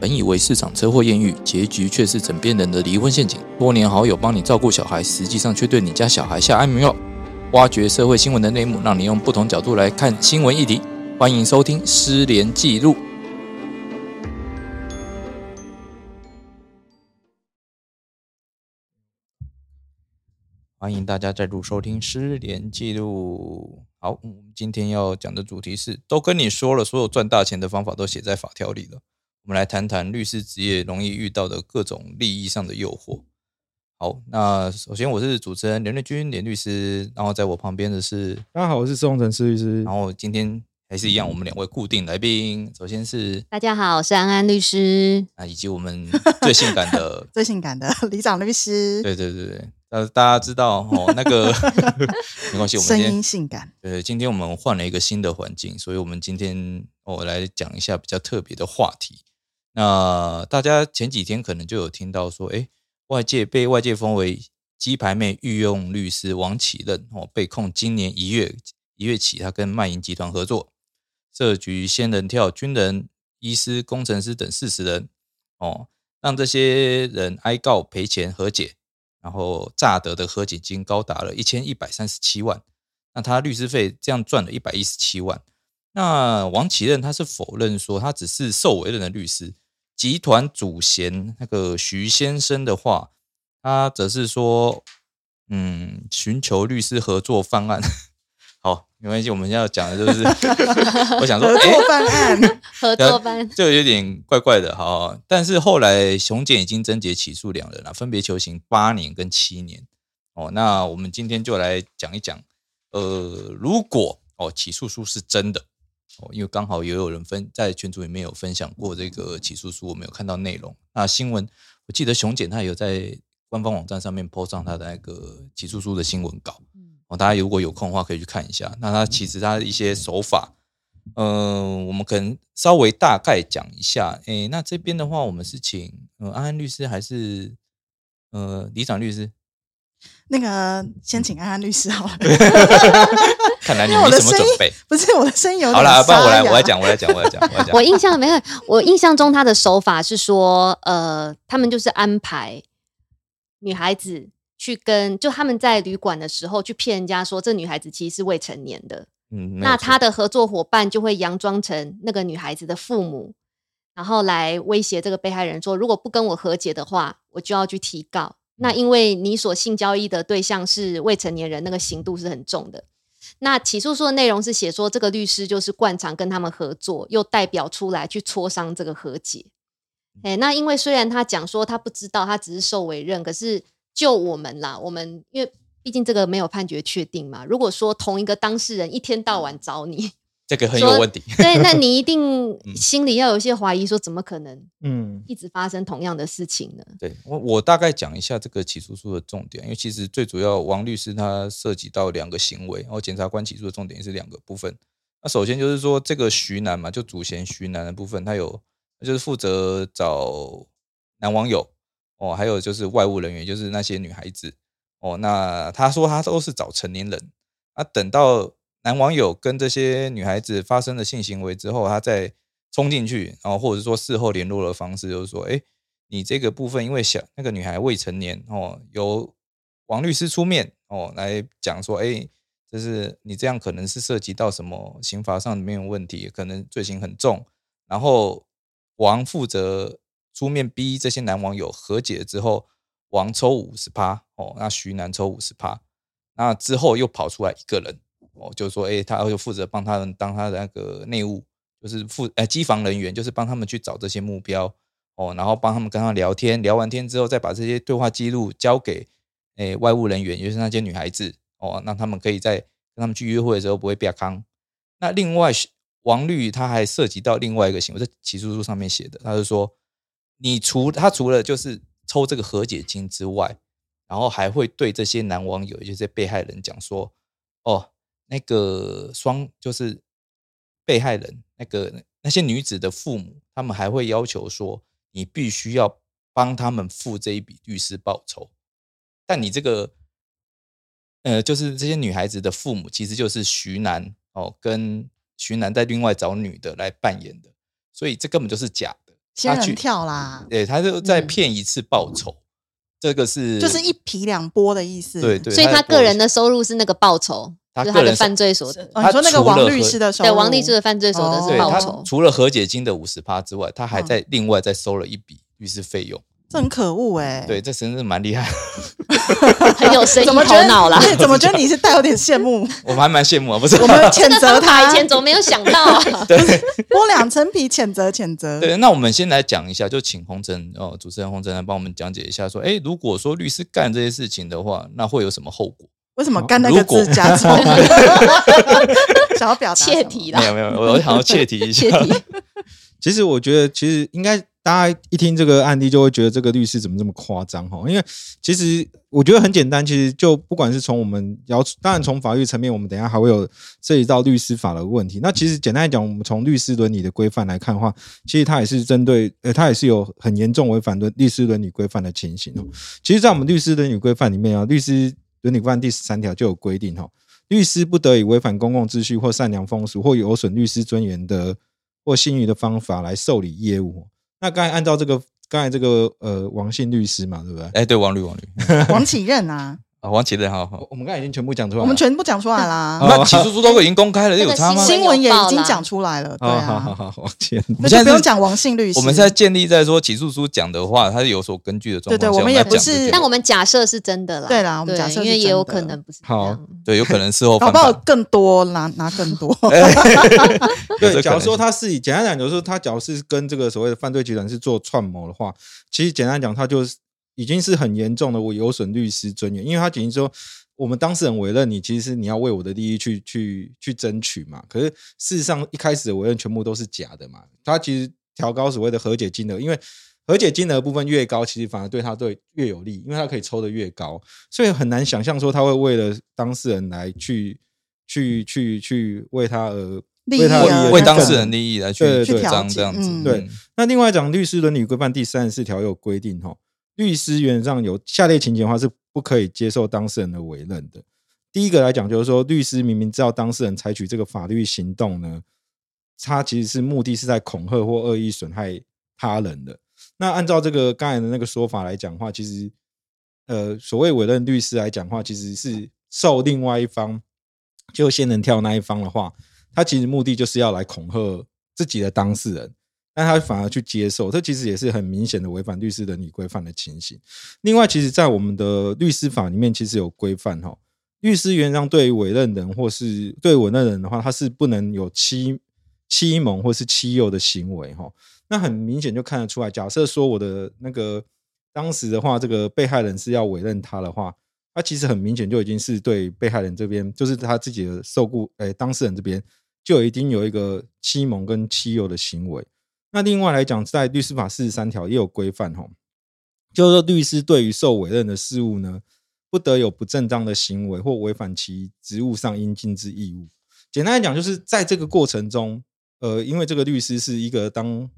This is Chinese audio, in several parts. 本以为市场车祸艳遇，结局却是枕边人的离婚陷阱。多年好友帮你照顾小孩，实际上却对你家小孩下安眠药。挖掘社会新闻的内幕，让你用不同角度来看新闻议题。欢迎收听《失联记录》。欢迎大家再度收听《失联记录》。好，我们今天要讲的主题是：都跟你说了，所有赚大钱的方法都写在法条里了。我们来谈谈律师职业容易遇到的各种利益上的诱惑。好，那首先我是主持人连瑞君，连律师，然后在我旁边的是，大家好，我是施宏成施律师然。后今天还是一样，我们两位固定来宾，首先是大家好，我是安安律师。啊，以及我们最性感的， 最性感的 李长律师，对对对对，呃，大家知道哦，那个 没关系，我们声今天音性感，对，今天我们换了一个新的环境，所以我们今天我、哦、来讲一下比较特别的话题。那大家前几天可能就有听到说，哎，外界被外界封为鸡排妹御用律师王启任哦，被控今年一月一月起，他跟卖淫集团合作，设局仙人跳、军人、医师、工程师等四十人哦，让这些人哀告赔钱和解，然后诈得的和解金高达了一千一百三十七万。那他律师费这样赚了一百一十七万。那王启任他是否认说他只是受委任的律师，集团主嫌那个徐先生的话，他则是说，嗯，寻求律师合作方案。 好，没关系，我们要讲的就是， 我想说，合哎、作 办案，合作班，这个有点怪怪的哈。但是后来熊检已经侦结起诉两人了，分别求刑八年跟七年。哦，那我们今天就来讲一讲，呃，如果哦起诉书是真的哦，因为刚好也有人分在群组里面有分享过这个起诉书，我没有看到内容。那新闻我记得熊检他有在官方网站上面 po 上他的那个起诉书的新闻稿。哦，大家如果有空的话，可以去看一下。那它其实它的一些手法，呃，我们可能稍微大概讲一下。诶，那这边的话，我们是请呃安安律师还是呃李长律师？那个先请安安律师好了，看来你因没为我的什么声准音备。 不是我的声音有点好啦，不然我来，沙哑我来，讲，我来讲，我来讲，我 来讲。我印象没有，我印象中他的手法是说，呃，他们就是安排女孩子去跟，就他们在旅馆的时候去骗人家说这女孩子其实是未成年的，嗯，没有那错他的合作伙伴就会佯装成那个女孩子的父母，然后来威胁这个被害人说，如果不跟我和解的话，我就要去提告。那因为你所性交易的对象是未成年人，那个刑度是很重的。那起诉书的内容是写说，这个律师就是惯常跟他们合作，又代表出来去磋商这个和解。哎、那因为虽然他讲说他不知道，他只是受委任，可是就我们啦，我们因为毕竟这个没有判决确定嘛。如果说同一个当事人一天到晚找你， 这个很有问题。对，那你一定嗯心里要有一些怀疑，说怎么可能嗯，一直发生同样的事情呢？对我，我大概讲一下这个起诉书的重点，因为其实最主要王律师他涉及到两个行为，然后检察官起诉的重点也是两个部分。那首先就是说这个徐楠嘛，就主嫌徐楠的部分，他有他就是负责找男网友哦，还有就是外务人员，就是那些女孩子哦。那他说他都是找成年人，啊，等到男网友跟这些女孩子发生了性行为之后，他再冲进去，然后或者说事后联络的方式就是说，哎、你这个部分因为小那个女孩未成年哦，由王律师出面哦来讲说，哎、就是你这样可能是涉及到什么刑法上没有问题，可能罪行很重。然后王负责出面逼这些男网友和解之后，王抽五十趴哦，那徐楠抽五十趴，那之后又跑出来一个人哦，就是说，哎、他就负责帮他们当他的那个内务，就是负呃机房人员，就是帮他们去找这些目标哦，然后帮他们跟他聊天，聊完天之后再把这些对话记录交给诶、外务人员，也就是那些女孩子哦，让他们可以在跟他们去约会的时候不会被康。那另外是王律他还涉及到另外一个行为，在起诉书上面写的，他就说，你除他除了就是抽这个和解金之外，然后还会对这些男网友，也就是被害人讲说，哦，那个双就是被害人那个那些女子的父母，他们还会要求说，你必须要帮他们付这一笔律师报酬。但你这个，呃，就是这些女孩子的父母，其实就是徐楠哦，跟徐楠在另外找女的来扮演的，所以这根本就是假的。仙去人跳啦，对，他就再嗯骗一次报酬，这个是就是一皮两波的意思。对对，所以他的个人报的收入是那个报酬，他就是个他的人收犯罪所得，哦，你他说那个除了王律和师的收入，对王立志的犯罪所得对是报他 酬。除了和解金的五十趴之外，他还哦嗯在另外再收了一笔律师费用。这很可恶哎。对，，这真是蛮厉害，很有生意怎么头觉得脑啦。对，怎么觉得你是带有点羡慕？我还蛮羡慕啊，不是？我们谴 责以他，前怎么没有想到 啊？ 剥两层皮，谴责谴责。对，那我们先来讲一下，就请洪晨哦，主持人洪晨来帮我们讲解一下，说，哎，如果说律师干这些事情的话，那会有什么后果？为什么干那个字加哦重？ 想要表达什么切题啦没，有没有，我想要切题一下切。题。其实我觉得，其实应该大家一听这个案例，就会觉得这个律师怎么这么夸张哈？因为其实我觉得很简单，其实就不管是从我们要，当然从法律层面，我们等一下还会有涉及到律师法的问题。那其实简单来讲，我们从律师伦理的规范来看的话，其实它也是针对，呃，它也是有很严重违反伦律师伦理规范的情形哦。其实，在我们律师伦理规范里面啊，律师伦理规范第十三条就有规定哦。律师不得以违反公共秩序或善良风俗或有损律师尊严的或信誉的方法来受理业务。哦那刚才按照这个，刚才这个呃，王姓律师嘛，对不对？哎，对，王律王律王启 任啊，啊，王启任哈，好 哦我我们刚才已经全部讲啊出来了，我们全部讲出来 啦，好那起诉书都已经公开了，这个有差吗？新新闻也已经讲出来了，对哦好哦好好啊，好，王倩，那现在就是不用讲王姓律师。我们现在建立在说起诉书讲的话，它是有所根据的状况下。对对我们也来讲不是这个但我们假设是真的啦，对啦我们假设是因为也有真的可能不是这好样。对有可能事后搞翻不好盘。更多拿拿更 多，哎有这对，可假如能说性他是以简单讲，就是说他假如是跟这个所谓的犯罪集团是做串谋的话，其实简单讲，他就是已经是很严重的，我有损律师尊严，因为他仅仅说我们当事人委任你，其实是你要为我的利益去去去争取嘛。可是事实上一开始的委任全部都是假的嘛，他其实调高所谓的和解金额，因为。和解金额部分越高，其实反而对他对越有利，因为他可以抽的越高，所以很难想象说他会为了当事人来去去去去为他而利益为他而啊为那当个事人利益来去对主对张去调解这样子，嗯对那另外讲，律师伦理规范第三十四条有规定哈，律师原则上有下列情节的话是不可以接受当事人的委任的。第一个来讲，就是说律师明明知道当事人采取这个法律行动呢，他其实是目的是在恐吓或恶意损害他人的。那按照这个刚才的那个说法来讲的话，其实呃，所谓委任律师来讲的话，其实是受另外一方，就仙人跳那一方的话，他其实目的就是要来恐吓自己的当事人，但他反而去接受，这其实也是很明显的违反律师伦理规范的情形。另外，其实，在我们的律师法里面，其实有规范哈，律师原则上对于委任人或是对委任人的话，他是不能有欺欺蒙或是欺诱的行为哈。那很明显就看得出来，假设说我的那个当时的话，这个被害人是要委任他的话，他其实很明显就已经是对被害人这边，就是他自己的受雇，诶、当事人这边就已经有一个欺蒙跟欺诱的行为。那另外来讲，在律师法四十三条也有规范吼，就是说律师对于受委任的事务呢，不得有不正当的行为或违反其职务上应尽之义务。简单来讲，就是在这个过程中，呃，因为这个律师是一个当，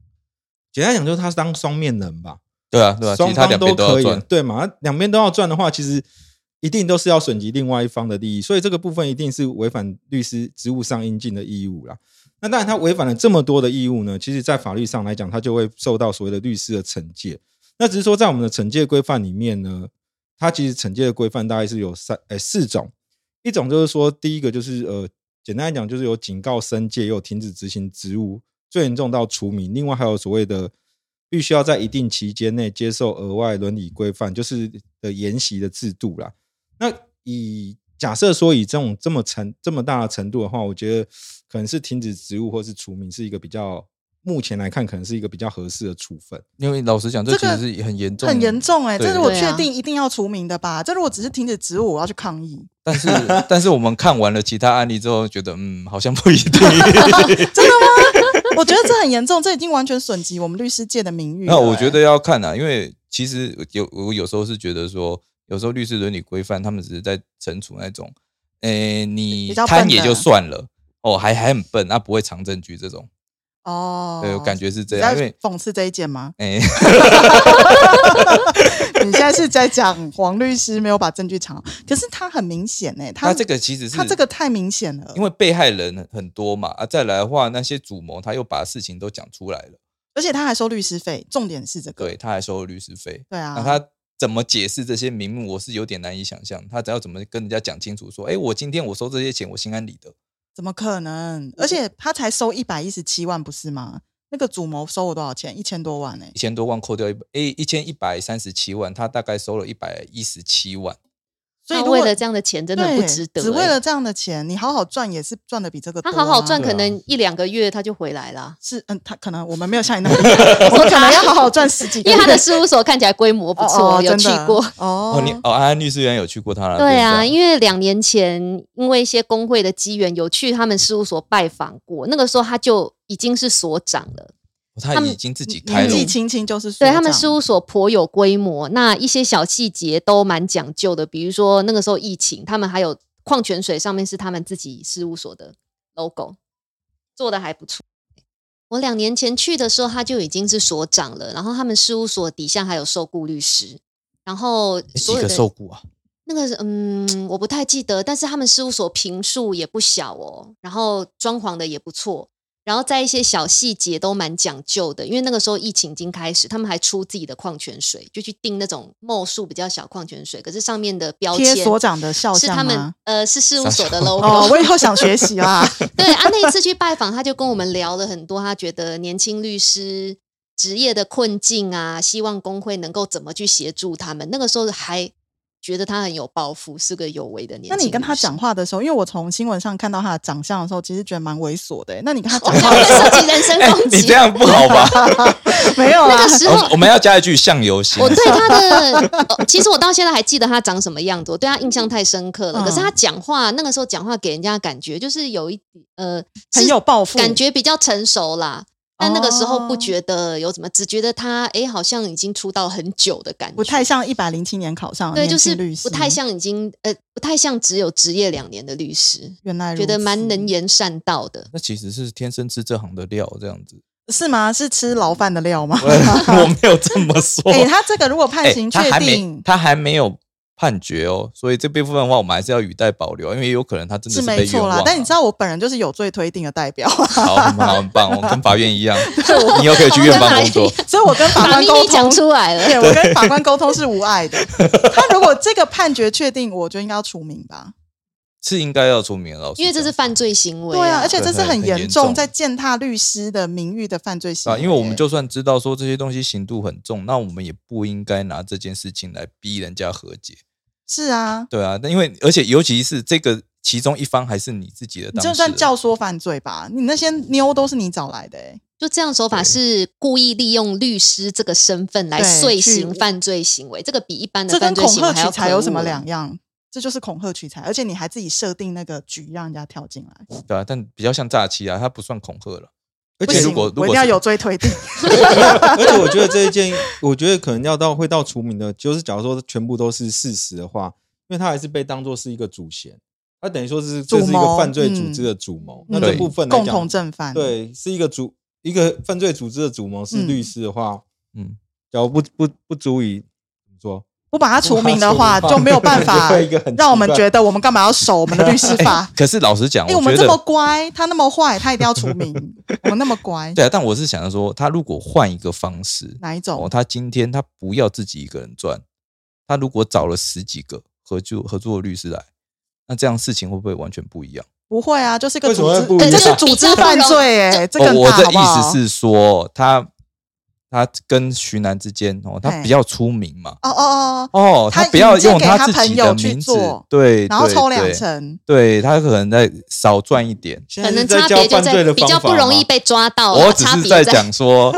简单来讲就是他是当双面人吧，对啊对啊，其双实他方两边都可要以，赚，对嘛？两边都要赚的话，其实一定都是要损及另外一方的利益，所以这个部分一定是违反律师职务上应尽的义务啦。那当然，他违反了这么多的义务呢，其实在法律上来讲，他就会受到所谓的律师的惩戒。那只是说，在我们的惩戒规范里面呢，它其实惩戒的规范大概是有三呃四种，一种就是说，第一个就是呃，简单来讲就是有警告、申诫，也有停止执行职务，最严重到除名。另外还有所谓的必须要在一定期间内接受额外伦理规范，就是的研习的制度啦。那以假设说以这种这么程这么大的程度的话，我觉得可能是停止职务或是除名是一个比较目前来看可能是一个比其较合适的处分。因为老实讲，这这其个实是很严重，很严。重哎，对这是我对啊确定一定要除名的吧？这如果只是停止职务，我要去抗议， 但是但是我们看完了其他案例之后，觉得嗯，好像不一 定。 真的吗？我觉得这很严重，这已经完全损及我们律师界的名誉了那欸。我觉得要看啊，因为其实有我有时候是觉得说，有时候律师伦理规范他们只是在惩处那种，诶、你比较贪笨也的就算了，哦，还还很笨，那、不会藏证据这种，哦，对，我感觉是这你样，因在为哎讽刺这一 件吗？诶。 你现在是在讲黄律师没有把证据藏好，可是他很明显哎、他这个其实是他这个太明显了，因为被害人很多嘛，啊，再来的话，那些主谋他又把事情都讲出来了，而且他还收律师费，重点是这个。对，他还收了律师费。对啊，那他怎么解释这些名目，我是有点难以想象。他只要怎么跟人家讲清楚，说，哎、我今天我收这些钱，我心安理得。怎么可能？嗯而且他才收一百一十七万，不是吗？那个主谋收了多少钱？一千多万欸呢、一千多万扣掉一诶一千一百三十七万，他大概收了一百一十七万。所以他如为果了这样的钱真的不对值得、只为欸了这样的钱，你好好赚也是赚的比这个多他啊、好好赚，对啊可能一两个月他就回来了，是嗯，他可能我们没有像你 那么厉害，我们可能要好好赚十几个因月，为他的事务所看起来规模不错，啊哦哦有真去 的过。哦，你哦。哦，安安律师原来有去过他了。对啊，不因为两年前因为一些工会的机缘，有去他们事务所拜访过。那个时候他就已经是所长了，哦他他们已经自己开年了。纪轻轻就是对他们是事务所颇有规模，那一些小细节都蛮讲究的。比如说那个时候疫情，他们还有矿泉水上面是他们自己事务所的 logo，做的还不错。欸我两年前去的时候，他就已经是所长了，然后他们事务所底下还有受雇律师，然后诶所几有个的受雇啊？那个是嗯，我不太记得，但是他们事务所平数也不小哦，然后装潢的也不错，然后在一些小细节都蛮讲究的，因为那个时候疫情已经开始，他们还出自己的矿泉水，就去订那种墨数比较小矿泉水，可是上面的标贴签所长的肖是像他们吗呃是事务所的 logo，、哦， 我以后想学习啦。对啊，那一次去拜访，他就跟我们聊了很多，他觉得年轻律师职业的困境啊，希望工会能够怎么去协助他们。那个时候还觉得他很有抱负，是个有为的年轻。那你跟他讲，话的时候，因为我从新闻上看到他的长相的时候，其实觉得蛮猥琐的欸。那你跟他讲话的时候，涉及人 身哎、攻你击，这样不好吧？ 哦没有那啦个，时候我我们要加一句相由心啊我。对他的、呃其实我到现在还记得他长什么样子，我对他印象太深刻了。嗯可是他讲话那个时候讲话给人家的感觉就是有一呃很是有抱负，感觉比较成熟啦。但那个时候不哦觉得有什么，只觉得他哎、诶好像已经出道很久的感觉，不太像一百零七年考上的对，就年轻是律师，不太。像已经呃，不太像只有职业两年的律师，原来如觉得蛮此能言善道的。那其实是天生吃这行的料，这样子。是吗？是吃牢饭的 料吗？我我没有这么说。 哎，他这个如果判哎刑他确还没定，他还没有判决哦，所以这部分的话，我们还是要语带保留，因为有可能他真的是被没冤错枉啊、啦。但你知道我本人就是有罪推定的 代表， 好，很好，很棒，我跟法院一样，你又可以去院方工作。所以我跟法把官秘沟密通讲，出来 了，对我 跟法官沟通是无碍的。他如果这个判决确定，我就应该要除名吧。是应该要出名的老师，因为这是犯罪行为、对啊，而且对这是很很很严严重，重在践踏律师的名誉的犯罪行啊，为耶。因为我们就算知道说这些东西刑度很重，那我们也不应该拿这件事情来逼人家和解，是啊，对啊。但因为而且尤其是这个其中一方还是你自己的你当事就人，算教唆犯罪吧，你那些妞都是你找来的、欸，就这样手法对是故意利用律师这个身份来对遂去行犯罪行为，这个比一般的这跟犯罪恐行为吓还要取可恶材有什么两样？这就是恐吓取材，而且你还自己设定那个局让人家跳进来，对啊，但比较像诈欺啊，它不算恐吓了。而不且行，如果如我果一定要是有罪推定。而且我觉得这一件，我觉得可能要到会到除名的，就是假如说全部都是事实的话，因为他还是被当做是一个主嫌，他等于说是这是一主个谋嗯犯罪组织的主谋。那对这部分来共讲同正犯，，对，是一个主一个犯罪组织的主谋是嗯律师的话，嗯，？假如不不不足以怎么说，不把他除名的 话，不把他除名的话就没有办法就会一个很奇怪让我们觉得我们干嘛要守我们的律师法 可是老实讲，哎、我觉们得这么乖，他那么坏，他一定要除名。我们那么乖，对啊，但我是想着说，他如果换一个方式，哪一哦，种？他今天他不要自己一个人赚，他如果找了十几个合作合作的律师来，那这样事情会不会完全不一样？不会啊，就是个为什组么织会，不哎一这样是组织犯罪、欸，哎，这个哦、很我大的好不意好思是说，他他跟徐楠之间哦，他嘿比较出名嘛，哦哦哦，哦，他不要引荐用给他自己朋的友去名字做，对，然后哎对抽两对成，对他可能在少赚一点。现可在能是在差教别就犯罪在的比较方法不容易吗被抓哦到啦，我只差是别在讲 说，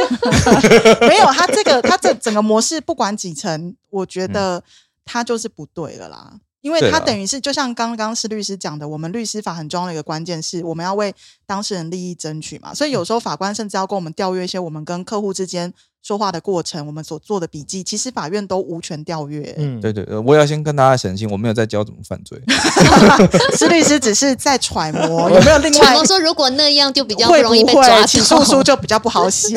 没有他这个他这整个模式不管几成，我觉得他就是不对了啦。因为嗯对他啦等于是，就像刚刚是律师讲的，我们律师法很重要的一个关键是，我们要为当事人利益争取嘛。所以有时候法官甚至要跟我们调阅一些我们跟客户之间说话的过程，我们所做的笔记，其实法院都无权调阅。 嗯，对对，呃我要先跟大家澄清，我没有在教怎么犯罪。是律师只是在揣 摩有没有另传 外闻说如果那样就比较不会容易被会抓起诉书到。 就比较不好 写。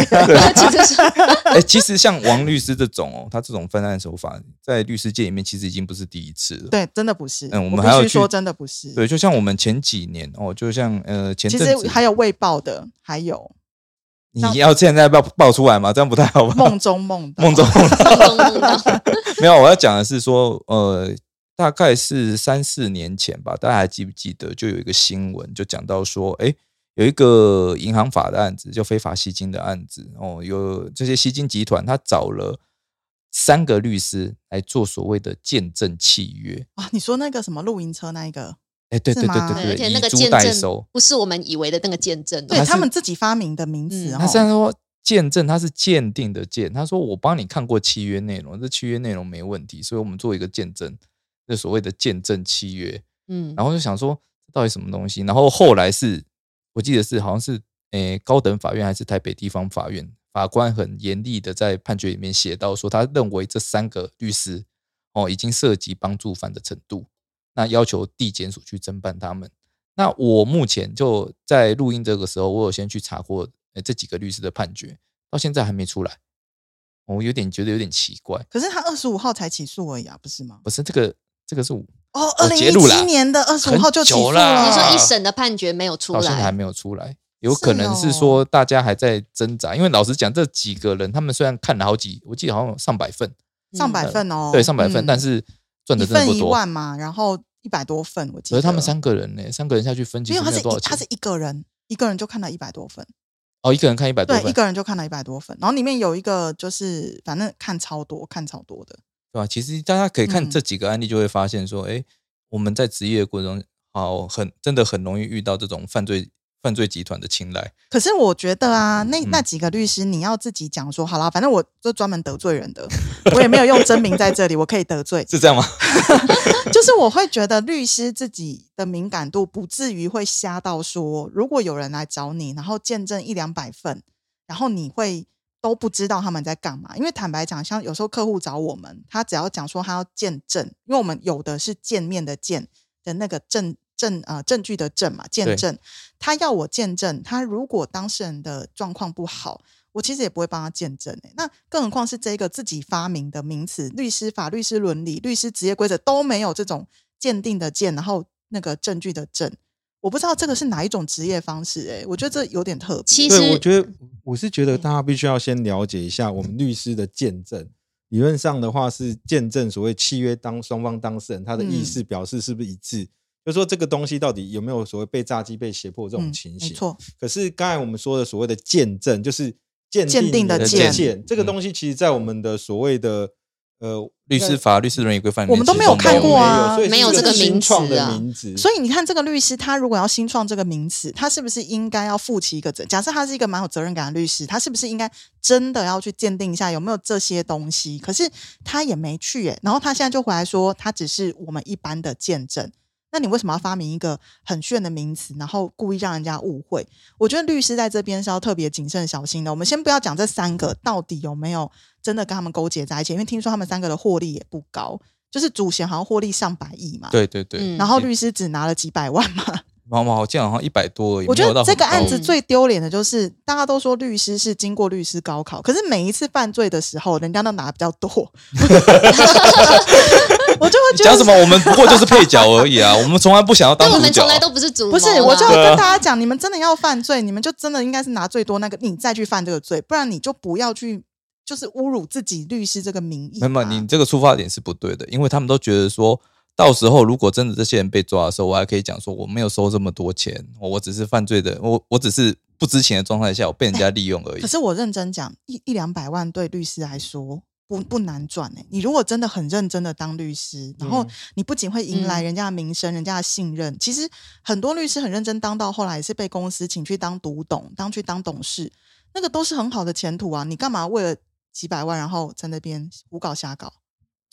其实是哎、其实像王律师这种哦，他这种犯案手法在律师界里面其实已经不是第一次了。对，真的不是。嗯我们我还要必须去说，真的不是。对，就像我们前几年哦，就像呃前其阵子实还有未报的，还有你要现在爆爆出来嘛，这样不太 好吧？梦中梦到梦中梦中 梦到，没有，我要讲的是说，呃，大概是三四年前吧，大家还记不记得？就有一个新闻，就讲到说，哎、有一个银行法的案子，就非法吸金的案子哦，有这些吸金集团，他找了三个律师来做所谓的见证契约。啊！你说那个什么露营车那一个，哎、对是对吗对对，而对且对，那以个租见代证收。不是我们以为的那个见证哦，对还他是们自己发明的名字嗯哦，他虽然说见证他是鉴定的鉴，他说我帮你看过契约内容，这契约内容没问题，所以我们做一个见证，这所谓的见证契约。嗯，然后就想说到底什么东西，然后后来是我记得是好像是诶、高等法院还是台北地方法院，法官很严厉的在判决里面写到说，他认为这三个律师哦已经涉及帮助犯的程度，那要求地检署去侦办他们。那我目前就在录音这个时候，我有先去查过诶这几个律师的判决，到现在还没出来，哦我有点觉得有点奇怪。可是他二十五号才起诉而已啊，不是吗？不是这个，这个是我哦，二我零截一录啦七年的二十五很号就起久诉啦了。你说一啊审的判决没有出到现在还来，没有出来，有是可能是哦说大家还在挣扎，因为老实讲，这几个人他们虽然看了好几，我记得好像有上百份，上百份嗯哦，对，上百份，嗯但是赚的一真的份不一多。万嘛，然后一百多份，我记可是得。他们三个人呢、三个人下去分其没实有，他没有是多少一他钱是一个人，一个人就看了一百多份，哦，一个人看一百多对，啊份，一个人就看了一百多份。然后里面有一个就是反正看超多，看超多的，对吧？其实大家可以看嗯这几个案例，就会发现说，哎、我们在职业过程中，好很真的很容易遇到这种犯罪犯罪集团的青睐。可是我觉得啊，那嗯那几个律师，你要自己讲说，好啦，反正我就专门得罪人的，我也没有用真名在这里，我可以得罪。 是这样吗？ 就是我会觉得律师自己的敏感度不至于会瞎到说，如果有人来找你，然后见证一两百份，然后你会都不知道他们在干嘛。因为坦白讲，像有时候客户找我们，他只要讲说他要见证，因为我们有的是见面的见的那个证证呃证据的证嘛，见对证。他要我见证，他如果当事人的状况不好，我其实也不会帮他见证、欸、那更何况是这个自己发明的名词，律师法、律师伦理、律师职业规则都没有这种鉴定的鉴，然后那个证据的证。我不知道这个是哪一种职业方式、欸，我觉得这有点特别。嗯其实对，我觉得我是觉得大家必须要先了解一下我们律师的见证。理论上的话是见证所谓契约当双方当事人他的意思表示是不是一致，就说这个东西到底有没有所谓被诈欺、被胁迫这种嗯情没形。错，可是刚才我们说的所谓的见证，就是鉴鉴定定的你鉴鉴，这个东西其实，在我们的所谓的呃律师法、律师伦理规范里我面其们都实没有看过啊所以是没有一这个新名词创的啊名字，所以你看，这个律师他如果要新创这个名词，他是不是应该要负起一个责？假设他是一个蛮有责任感的律师，他是不是应该真的要去鉴定一下有没有这些东西？可是他也没去耶、然后他现在就回来说，他只是我们一般的见证。那你为什么要发明一个很炫的名词，然后故意让人家误会？我觉得律师在这边是要特别谨慎小心的。我们先不要讲这三个到底有没有真的跟他们勾结在一起，因为听说他们三个的获利也不高，就是主嫌好像获利上百亿嘛。对对对，嗯然后律师只拿了几百万嘛。毛毛好像好像一百多而已，我觉没有得到这很个案高子最丢脸的就是，大家都说律师是经过律师高考，可是每一次犯罪的时候，人家都拿比较 多， 我就会你觉得讲什么？我们不过就是配 角而已啊，我们从来不想要当但主我们角从啊。来都不是主谋不啦，是，我就要对啊跟大家讲，你们真的要犯罪，你们就真的应该是拿最多那个，你再去犯这个罪，不然你就不要去就是侮辱自己律师这个名义那嘛。啊么你这个出发点是不对的，因为他们都觉得说，到时候如果真的这些人被抓的时候，我还可以讲说我没有收这么多钱，我我只是犯罪的，我我只是不知情的状态下，我被人家利用而已可。是我认真讲，一一两百万对律师来说不不难赚哎、你如果真的很认真的当律师，然后你不仅会迎来嗯人家的名声、人家的信任，其实很多律师很认真当到后来也是被公司请去当独董，当去当董事，那个都是很好的前途啊。你干嘛为了几百万然后在那边胡搞瞎搞？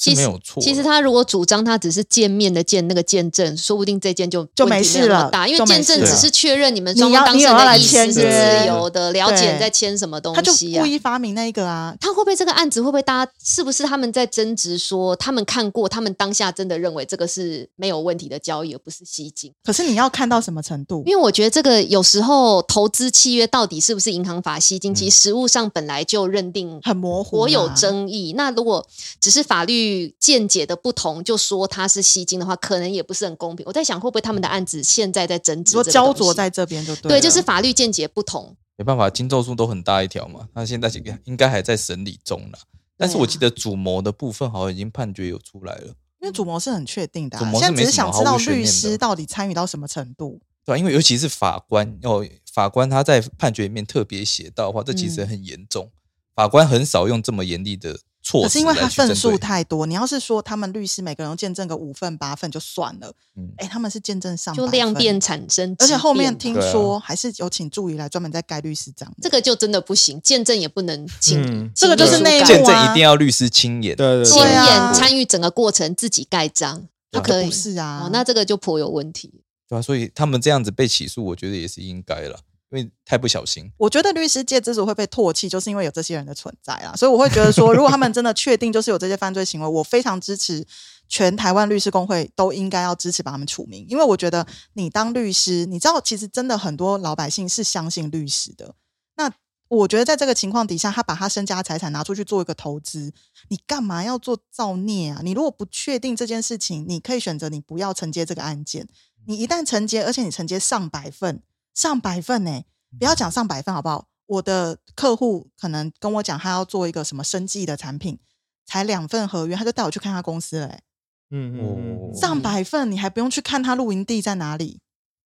是其实没有错的其实他如果主张他只是见面的见那个见证，说不定这件就就问没题事有那么了大，因为就没见证事只了是确认你们你双方要当你事有人要的来意签思是约自由的，了解对你在签什么东他就西啊故。意发明那一个啊。他会不会这个案子会不会大家是不是他们在争执说他们看过，他们当下真的认为这个是没有问题的交易，而不是吸金？可是你要看到什么程度？因为我觉得这个有时候投资契约到底是不是银行法吸金，嗯其实实务上本来就认定很模糊嘛，颇有争议。那如果只是法律见解的不同，就说他是吸金的话，可能也不是很公平。我在想，会不会他们的案子现在在争执？说焦灼在。这边就对啊对，就是了法律见解不同，没办法，经咒术都很大一条嘛，那现在应该应该还在审理中啦。但是啊我记得主谋的部分好像已经判决有出来了，因为主谋是很确定的、主啊，谋现在是只没是什想么知毫道无悬律念师的到底参与到什么程度。对吧、啊因为尤其是法官哦，法官他在判决里面特别写到的话，这其实嗯很严重。法官很少用这么严厉的措可施，是因为他份数，太多，你要是说他们律师每个人都见证个五份八份就算了，嗯哎、他们是见证上就百量份变，产生质变，而且后面听对啊说还是有请助理来专门在盖律师章的。这个就真的不行，见证也不能请，嗯这个就是请内律师幕见盖证啊一定要律师亲眼，对对亲对眼啊参与整个过程，自己盖章，他不可可不以是啊，哦，那这个就颇有问题。对啊吧、所以他们这样子被起诉，我觉得也是应该了，因为太不小心。我觉得律师界之所以会被唾弃，就是因为有这些人的存在啊。所以我会觉得说，如果他们真的确定就是有这些犯罪行为，我非常支持全台湾律师工会都应该要支持把他们除名，因为我觉得你当律师，你知道其实真的很多老百姓是相信律师的。那我觉得在这个情况底下，他把他身家财产拿出去做一个投资，你干嘛要做造孽啊？你如果不确定这件事情，你可以选择你不要承接这个案件。你一旦承接，而且你承接上百份，上百份欸呢、不要讲上百份好不好？我的客户可能跟我讲，他要做一个什么生计的产品，才两份合约，他就带我去看他公司了、欸，嗯嗯嗯哦上百份，你还不用去看他露营地在哪里？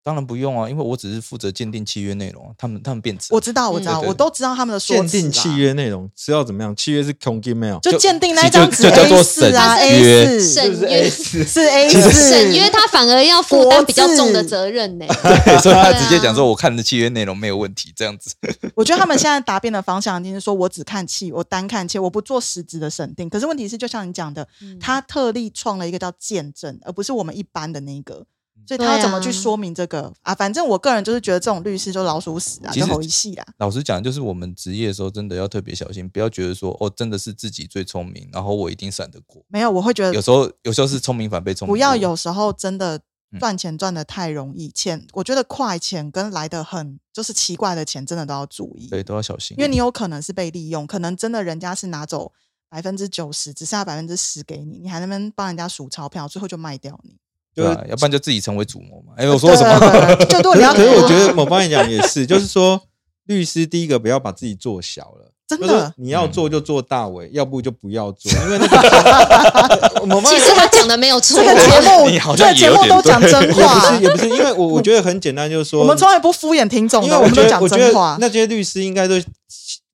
当然不用啊，因为我只是负责鉴定契约内容啊，他们他们变质了，我知道，我知道，嗯我都知道他们的说鉴辞定啦契，约内容是要怎么样？契约是 c o n g i mail，就鉴定那一就张纸就叫 A 做四啊审，A 约审四哎 约是 A 其实四，审约他反而要负担比较重的责 任呢、对，所以他直接对啊讲说，我看的契约内容没有问题，这样子。 我觉得他们现在答辩的方向一定是说我只看气，我单看气，我不做实质的审定。可是问题是，就像你讲的，嗯他特例创了一个叫见证，而不是我们一般的那个。所以对他要怎么去啊说明这个啊反正我个人就是觉得这种律师就老鼠屎啊，其就实猴一戏啊。老实讲，就是我们职业的时候，真的要特别小心，不要觉得说哦，真的是自己最聪明，然后我一定闪得过。没有，我会觉有得时候，有时候是聪明反被聪明。不要有时候真的嗯赚钱赚的太容易，钱我觉得快钱跟来的很就是奇怪的钱，真的都要注意。对，都要小心，因为你有可能是被利用，可能真的人家是拿走百分之九十，只剩下百分之十给你，你还能不能帮人家数钞票，最后就卖掉你？对就是啊，要不然就自己成为主谋嘛。哎，我说什么？ 对？对啊对就可如果你是要， 啊可是我觉得某方面讲也 是，就是说律师第一个不要把自己做小了。真就是说的，你要做就做大尾，要不就不要 做，因为那个某方其面实他讲的没有错啊这，个节目，你好这像个节目也都有点讲真也不话是，也不是，因为我我觉得很简单，就是说我们从来不敷衍听众因的，为我们觉都得讲我觉得真话。那些律师应该都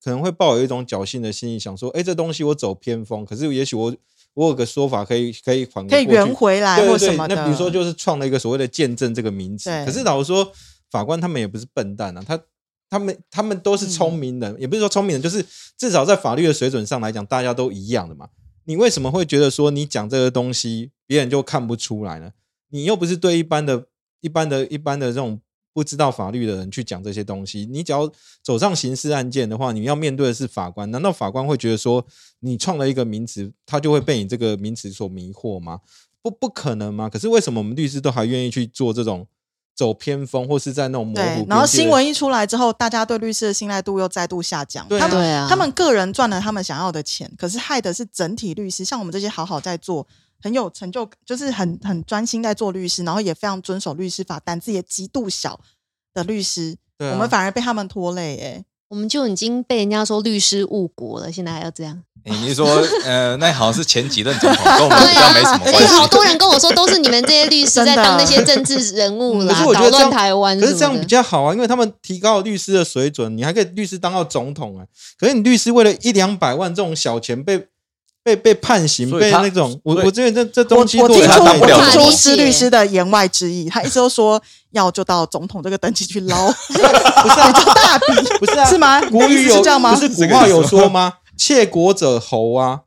可能会抱有一种侥幸的心理，想说，哎，这东西我走偏锋，可是也许我我有个说法可以可以缓可以圆回回来对或对什对，么的。那比如说就是创了一个所谓的见证这个名词，对可是老实说，法官他们也不是笨蛋啊，他。他们他们都是聪明嗯人，也不是说聪明人，就是至少在法律的水准上来讲，大家都一样的嘛。你为什么会觉得说你讲这个东西别人就看不出来呢？你又不是对一般的、一般的、一般的这种不知道法律的人去讲这些东西。你只要走上刑事案件的话，你要面对的是法官。难道法官会觉得说你创了一个名词，他就会被你这个名词所迷惑吗？不，不可能吗？可是为什么我们律师都还愿意去做这种走偏锋，或是在那种模糊对边，然后界的新闻一出来之后，大家对律师的信赖度又再度下降。对啊他们对啊他们个人赚了他们想要的钱，可是害的是整体律师。像我们这些好好在做，很有成就，就是很很专心在做律师，然后也非常遵守律师法，胆子也极度小的律师，对啊我们反而被他们拖累、哎，我们就已经被人家说律师误国了，现在还要这样。哎你是说，呃，那好像是前几任总统，跟我们对比较啊，没什么有关系。好多人跟我说，都是你们这些律师在当那些政治人物可啦是，我觉搞得这乱样，台湾什可么是的。这样比较好啊，因为他们提高了律师的水准，你还可以律师当到总统啊。可是你律师为了一两百万这种小钱被被被判刑，所以被他那种我所以我觉得这这我我东西听对出他当不了我听总出统施律师的言外之意，他一直都说要就到总统这个等级去捞，不是啊，大笔不是啊，是吗？古那意语思有是这样吗？不是古话有说吗？窃国者侯啊，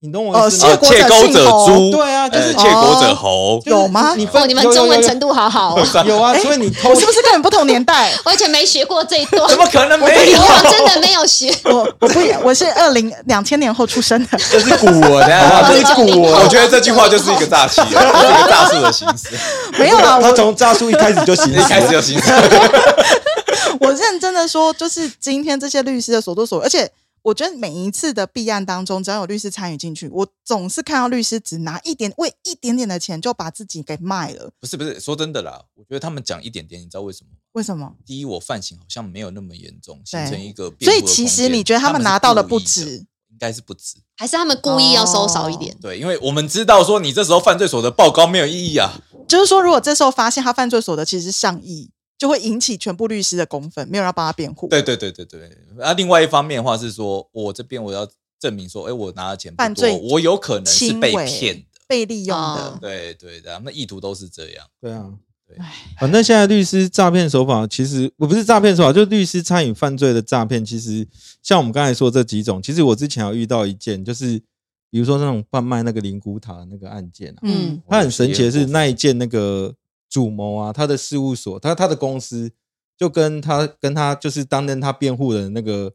你懂我哦意思窃吗？国呃窃啊者姓侯诛，对啊就是呃窃国者哦侯。就是有吗你哦，你们中文程度好好哦，度 有啊，所以你偷我是不是跟你不同年代？我以前没学过这一段，怎么可能没有？我真的没有学。我我不我是二零两千年后出生的， 这是古文 啊，这是古文。我我觉得这句话就是一个诈欺，这是一个诈术的形式。没有啦， 他我从诈术一开始就行一了，开始就形式，我认真的说，就是今天这些律师的所作所为，而且。我觉得每一次的弊案当中，只要有律师参与进去，我总是看到律师只拿一点为一点点的钱就把自己给卖了。不是不是，说真的啦，我觉得他们讲一点点，你知道为什么吗？为什么？第一，我犯行好像没有那么严重，形对成一个辩所以护的其空实间你觉得他他们们拿是到的故不意止，应该是不止。还是他们故意要收少一点？对，因为我们知道说你这时候犯罪所得报告没有意义啊，就是说，如果这时候发现他犯罪所得其实是上亿，就会引起全部律师的公愤，没有人要帮他辩护。对对对对对。那、另外一方面的话是说，我这边我要证明说，哎，我拿的钱不犯多罪，我有可能是轻被微骗的。被利用的嗯哦，对对的，他们的意图都是这样。 对啊对，反正现在律师诈骗手法，其实我不是诈骗手法，就是律师参与犯罪的诈骗。其实像我们刚才说这几种，其实我之前有遇到一件，就是比如说那种贩卖那个灵骨塔的那个案件啊，嗯嗯，他很神奇的是那一件那个主谋啊，他的事务所，他他的公司就跟他跟他就是担任他辩护人的那个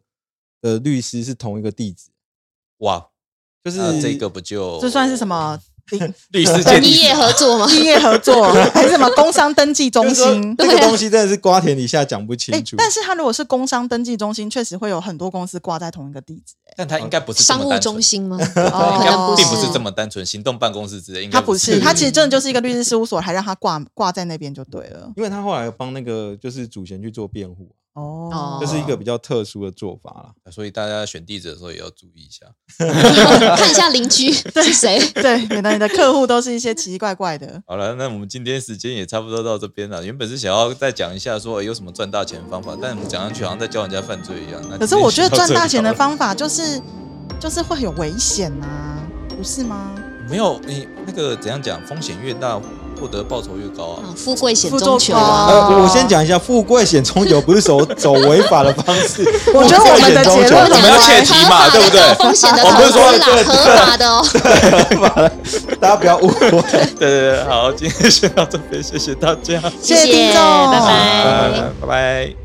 呃律师是同一个地址，哇，就是、那这个不就这算是什哦 么？ 律师界异业合作 吗？企业合作还是什么工商登记中就是说心？这个东西真的是瓜田李下讲不啊哎、清楚。但是他如果是工商登记中心，确实会有很多公司挂在同一个地址、欸但他应该不是这么商务单纯中，心吗？哦哦对应可能该不并不是是这 么单纯，行动办公室之类，应该他不是，是，他其实真的就是一个律师事务所，还让他挂挂在那边就对了。因为他后来有帮那个就是主嫌去做辩护，啊哦，这是一个比较特殊的做法啦。所以大家选地址的时候也要注意一下。看一下邻居是谁。对，免得你的客户都是一些奇奇怪怪的。好了，那我们今天时间也差不多到这边了。原本是想要再讲一下说、诶有什么赚大钱的方法，但我们讲上去好像在教人家犯罪一样。那可是我觉得赚大钱的法方法就是就是会有危险啊，不是吗？没有你那个怎样讲，风险越大，获得报酬越高啊。啊富贵险富中中求哦啊！呃，我先讲一下，富贵险中求不是走走违法的方式。我觉得我们的富贵结险论中啊我求们要切题嘛合法的对不对高风险的我投不是说资对啦，合法的哦。大家不要误会。对对对，好，今天先到这边，谢谢大家，谢谢听众，拜拜拜拜。